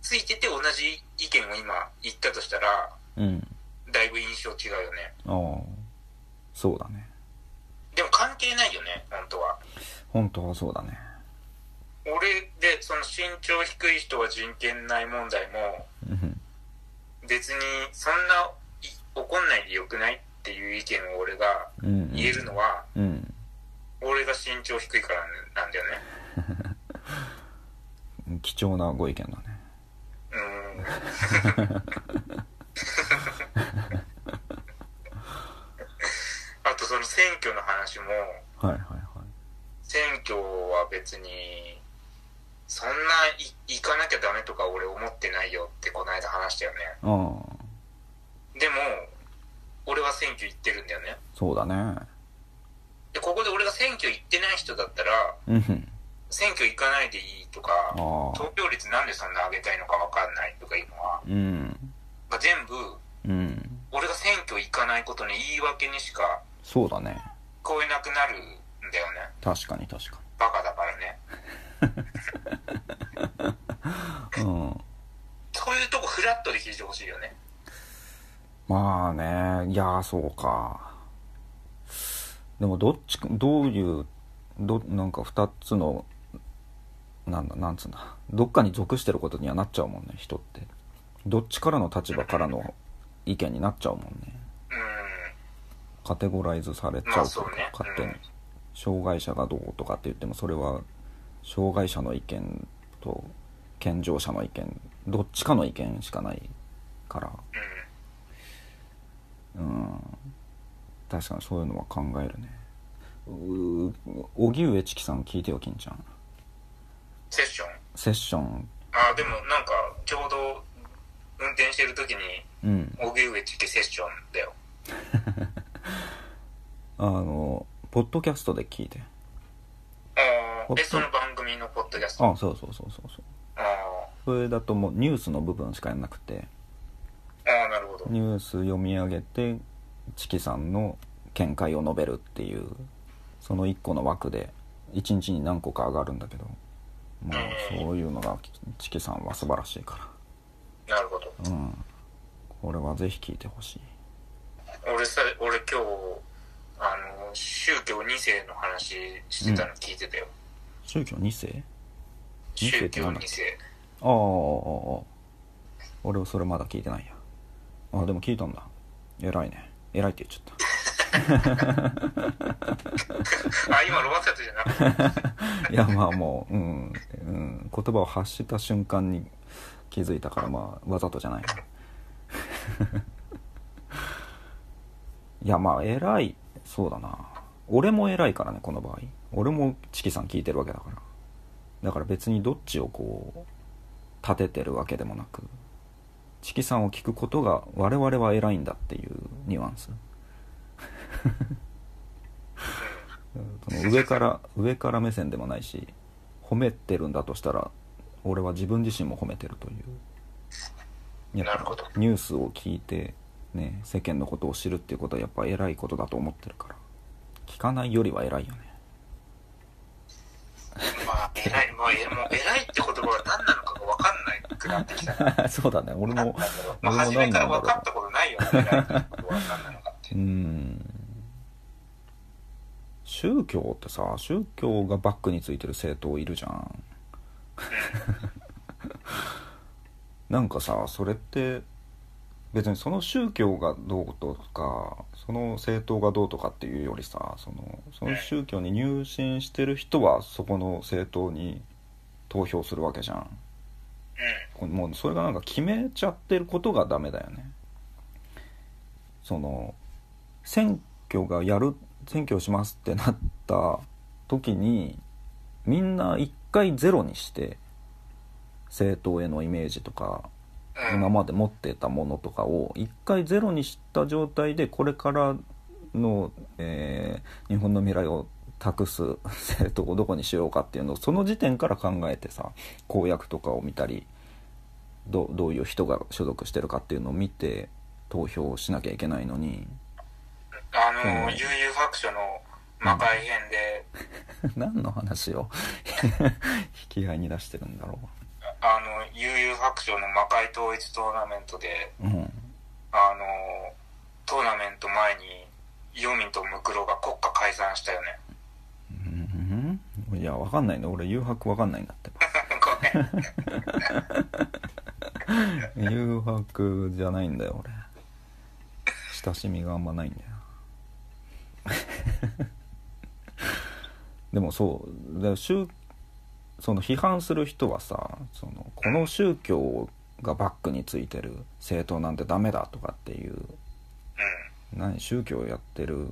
S2: ついてて同じ意見を今言ったとしたら
S1: うん
S2: だいぶ印象違うよね
S1: ああそうだね
S2: でも関係ないよね本当は
S1: 本当はそうだね
S2: 俺でその身長低い人は人権ない問題も
S1: うん
S2: 別にそんない怒んないでよくないっていう意見を俺が
S1: うん
S2: 言えるのは、
S1: うん
S2: 俺が身長低いからなんだよね
S1: 貴重なご意見だね
S2: うーん (laughs) あとその選挙の話も
S1: はいはいはい
S2: 選挙は別にそんない行かなきゃダメとか俺思ってないよってこの間話したよね
S1: ああ
S2: でも俺は選挙行ってるんだよね
S1: そうだね
S2: でここで俺が選挙行ってない人だったら
S1: うん
S2: 選挙行かないでいいとか
S1: ああ
S2: 投票率なんでそんな上げたいのか分かんないとかいうのは
S1: うん
S2: が全部
S1: うん
S2: 俺が選挙行かないことの言い訳にしか
S1: そうだね
S2: 聞こえなくなるんだよね
S1: 確かに確か
S2: バカだからね
S1: にうん
S2: そういうとこフラットで聞いてほしいよね
S1: まあねいやーそうかでもどっちかどういうどなんか2つのなんだなんつうんだどっかに属してることにはなっちゃうもんね人ってどっちからの立場からの意見になっちゃうもんね
S2: う
S1: カテゴライズされちゃうとか、
S2: まあそうね
S1: 勝手に
S2: うん
S1: 障害者がどうとかって言ってもそれは障害者の意見と健常者の意見どっちかの意見しかないから
S2: んうん
S1: うん確かにそういうのは考えるねう荻上チキさん聞いてよ金ちゃん
S2: セッション
S1: セッション
S2: ああでもなんかちょうど運転してる時に
S1: うん
S2: 荻上チキセッションだよ
S1: あのポッドキャストで聞いて
S2: ああ
S1: おっと
S2: えその番組のポッドキャスト
S1: あそうそうそうそうそう
S2: ああ
S1: それだともうニュースの部分しかやんなくて
S2: ああなるほど
S1: ニュース読み上げてチキさんの見解を述べるっていうその1個の枠で1日に何個か上がるんだけどまあそういうのがチキさんは素晴らしいか
S2: なるほど
S1: らうんこれはぜひ聞いてほしい
S2: 俺さ俺今日あの宗教2世の話してたの聞いてたよ、
S1: 宗教2世二世
S2: 宗
S1: って
S2: 教
S1: なんだ
S2: 2世
S1: ああああああ俺はそれまだ聞いてないやあでも聞いたんだ偉いね偉いって言っちゃっ
S2: あ今ロバートじゃなくて
S1: た (laughs) いやまあもう、うんうん、言葉を発した瞬間に気づいたからまあわざとじゃない (laughs) いやまあ偉いそうだな俺も偉いからねこの場合俺もチキさん聞いてるわけだからだから別にどっちをこう立ててるわけでもなくチキさんを聞くことが我々は偉いんだっていうニュアンスその上から上から目線でもないし褒めてるんだとしたら俺は自分自身も褒めてるというやっぱ
S2: なるほど
S1: ニュースを聞いてね世間のことを知るっていうことはやっぱ偉いことだと思ってるから聞かないよりは偉いよね
S2: まあ、偉い、もう、えもう偉いって言葉が何なのかが分かんないくなってきた。 (laughs)
S1: そうだね、俺
S2: なん
S1: も
S2: だ。ろうま
S1: 俺
S2: あ、
S1: も
S2: 初めから分か
S1: ろ
S2: ったことないよね、偉いって言葉は何なのかっ
S1: (laughs)
S2: て
S1: う。う。ん。宗教ってさ、宗教がバックについてる政党いるじゃん。なんかさ、それって、別にその宗教がどうとか、その政党がどうとかっていうよりさ、その、その宗教に入信してる人は、そこの政党に投票するわけじゃん。もうそれがなんか決めちゃってることがダメだよねその選挙がやる選挙しますってなった時にみんな一回ゼロにして政党へのイメージとか
S2: うん。う
S1: 今
S2: ん。
S1: まで持ってたものとかを一回ゼロにした状態でこれからの、えー日本の未来を託す (laughs) 政党をどこにしようかっていうのをその時点から考えてさ公約とかを見たりどどういう人が所属してるかっていうのを見て投票しなきゃいけないのに (laughs)
S2: あの、悠々白書の魔界編で、
S1: 何の話を (laughs) 引き合いに出してるんだろ
S2: あの、悠々白書の魔界統一トーナメントで、
S1: う、うん、
S2: あの、トーナメント前に、イオミンとムクロが国家解散したよね
S1: うんうんいやわかんないの俺誘白わかんないんだって
S2: ごめん
S1: 誘白じゃないんだよ俺親しみがあんまないんだよ (laughs) でもそうだから宗その批判する人はさそのこの宗教がバックについてる政党なんてダメだとかっていう何宗教やってる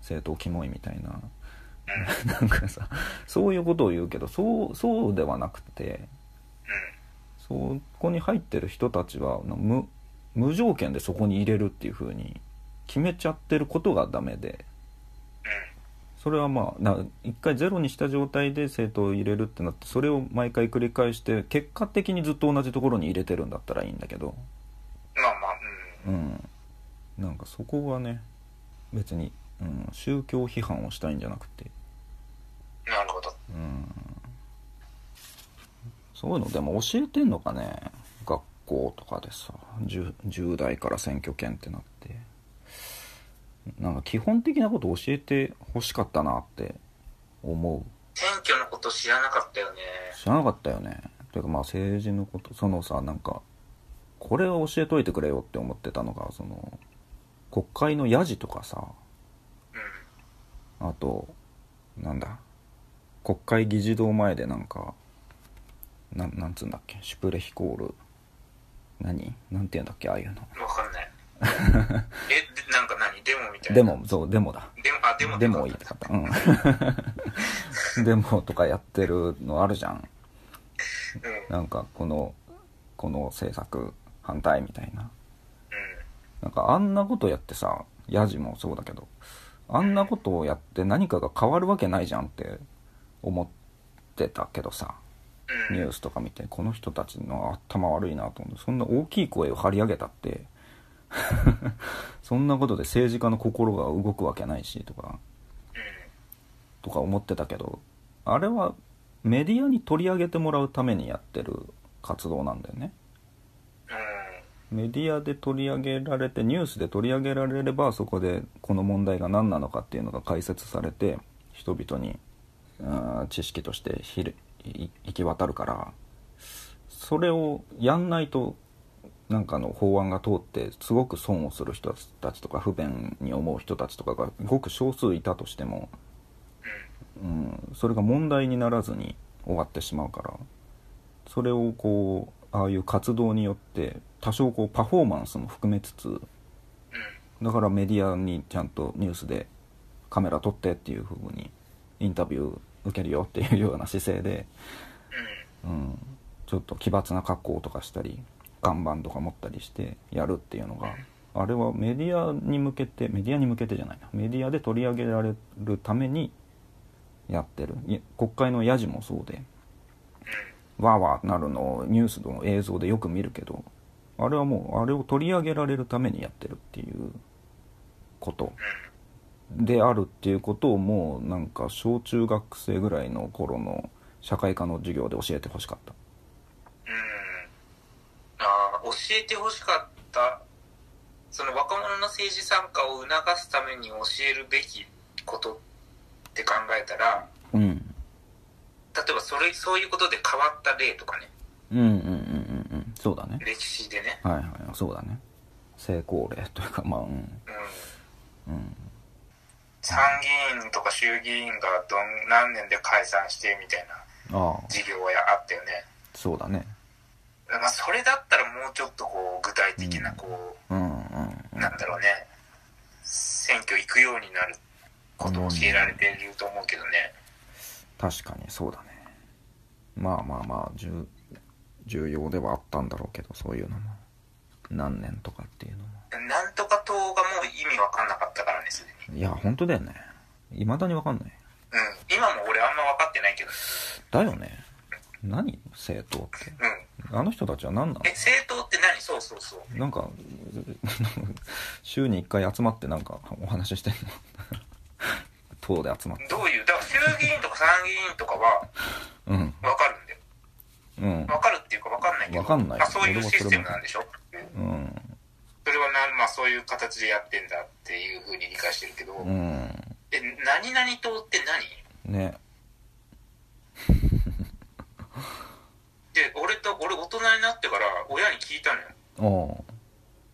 S1: 政党キモいみたいな (laughs) なんかさそういうことを言うけどそうそうではなくてそこに入ってる人たちはな無無条件でそこに入れるっていう風に決めちゃってることがダメでそれはまあな一回ゼロにした状態で政党を入れるってなってそれを毎回繰り返して結果的にずっと同じところに入れてるんだったらいいんだけど
S2: うんまあまあ
S1: うんなんかそこはね別に、うん、宗教批判をしたいんじゃなくて
S2: うんなるほど
S1: うんそういうのでも教えてんのかね学校とかでさ 10, 10代から選挙権ってなってなんか基本的なこと教えてほしかったなって思う
S2: 選挙のこと知らなかったよね
S1: 知らなかったよねていうかまあ政治のことそのさなんかこれは教えといてくれよって思ってたのがその国会のやじとかさ
S2: うん
S1: あとなんだ国会議事堂前でなんかなんなんつうんだっけシュプレヒコール何なんて言うんだっけああいうの
S2: わかんないえでなんか何デモみたいな
S1: デモそうデモだ
S2: デモあデモ
S1: デモ言いたかったうん (laughs) デモとかやってるのあるじゃん
S2: うんうん
S1: なんかこのこの政策反対みたいななんかあんなことやってさヤジもそうだけどあんなことをやって何かが変わるわけないじゃんって思ってたけどさ
S2: うん
S1: ニュースとか見てこの人たちの頭悪いなと思ってそんな大きい声を張り上げたって (laughs) そんなことで政治家の心が動くわけないしとかとか思ってたけどあれはメディアに取り上げてもらうためにやってる活動なんだよね
S2: う
S1: メディアで取り上げられてニュースで取り上げられればそこでこの問題が何なのかっていうのが解説されて人々にうん知識としてひれい行き渡るからそれをやんないとなんかの法案が通ってすごく損をする人たちとか不便に思う人たちとかがごく少数いたとしても、うん、それが問題にならずに終わってしまうからそれをこうああいう活動によって多少こうパフォーマンスも含めつつ
S2: んうん
S1: だからメディアにちゃんとニュースでカメラ撮ってっていう風にインタビュー受けるよっていうような姿勢で、うん、ちょっと奇抜な格好とかしたり看板とか持ったりしてやるっていうのがあれはメディアに向けてメディアに向けてじゃないなメディアで取り上げられるためにやってるい国会のやじもそうでわーわーなるのをニュースの映像でよく見るけどあれはもうあれを取り上げられるためにやってるっていうことであるっていうことをもうなんか小中学生ぐらいの頃の社会科の授業で教えてほしかった
S2: うんあー教えてほしかったその若者の政治参加を促すために教えるべきことって考えたら
S1: うん
S2: 例えばそれそういうことで変わった例とかね
S1: うんうんうんうんうんそうだね
S2: 歴史でね、
S1: はいはいそうだね成功例というかまあうん
S2: うん、
S1: うん
S2: 参議院とか衆議院がどん何年で解散してみたいな
S1: ああ
S2: 事業はあったよね
S1: そうだね
S2: まあそれだったらもうちょっとこう具体的なこう、
S1: うんうん
S2: なんだろうね、選挙行くようになることを教えられていると思うけどね。
S1: 確かにそうだねまあまあまあ重重要ではあったんだろうけどそういうのも何年とかっていうのも
S2: なんとか党がもう意味わかんなかったからね、すでに。
S1: いや本当だよねいまだに分かんない
S2: うん。今も俺あんま分かってないけど。
S1: だよね何政党って
S2: うん。
S1: あの人たちは何な
S2: え、政党って何そうそうそう。
S1: のなんか (laughs) 週に1回集まってなんかお話ししてんの (laughs) 党で集まって
S2: どういう、だから衆議院とか参議院とかは
S1: うん
S2: 分かるんだよ。
S1: うん
S2: 分かるっていうか分かんないけど。
S1: わかんない
S2: まあそういう
S1: 俺もそれ
S2: シ
S1: も
S2: ステムなんでしょうん
S1: うん
S2: それはな、まあそういう形でやってんだっっていうふうに理解してるけど、
S1: うん
S2: え何々党って何
S1: ね
S2: で俺と俺大人になってから親に聞いたのよ
S1: おう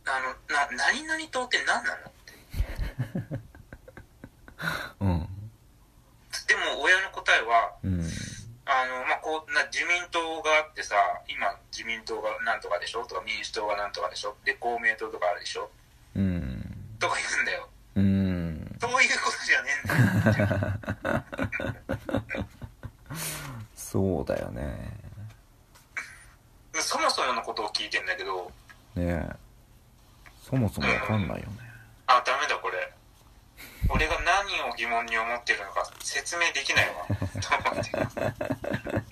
S2: あのな何々党って何なのって
S1: うん
S2: でも親の答えは
S1: うん
S2: あの、まあ、こうな自民党があってさ今自民党がなんとかでしょとか民主党がなんとかでしょで公明党とかあるでしょ
S1: うん
S2: とか言うんだよ
S1: うん
S2: そういうことじゃねえんだよ
S1: そうだよね
S2: そもそものことを聞いてんだけど、
S1: ねえそもそもわかんないよね
S2: あ、ダメだこれ。俺が何を疑問に思ってるのか説明できないわ。と思って。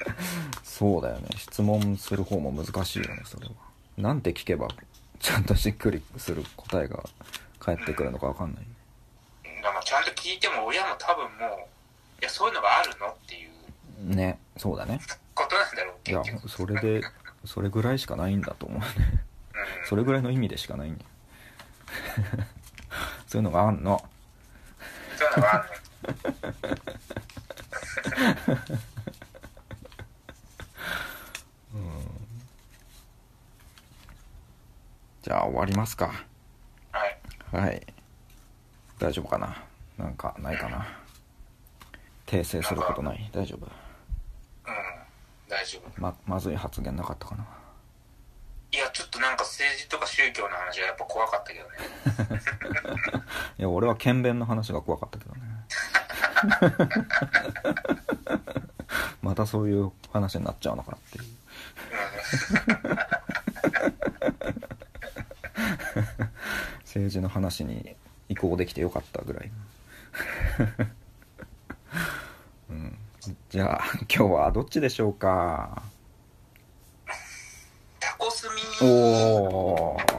S1: そうだよね質問する方も難しいよねそれはなんて聞けばちゃんとしっくりする答えが返ってくるのかわかんないね
S2: だからまあちゃんと聞いても親も多分もう、いや、そういうのがあるのっていう
S1: ねそうだね
S2: ことなんだろう、
S1: いや
S2: 結局。
S1: それでそれぐらいしかないんだと思うね
S2: うん。
S1: それぐらいの意味でしかないんだ (laughs) そういうのがあんの
S2: そういうのがあるの。
S1: じゃあ終わりますか
S2: はい。
S1: はい大丈夫かななんかないかな訂正することない大丈夫
S2: うん。大丈夫。
S1: ままずい発言なかったかない
S2: や、ちょっとなんか政治とか宗教の話はやっぱ怖かったけどね。
S1: いや俺は剣弁の話が怖かったけどね (laughs) またそういう話になっちゃうのかなっていう政治の話に移行できてよかったぐらい、 (laughs) うん、じゃあ今日はどっちでしょうか
S2: タコスミ
S1: おー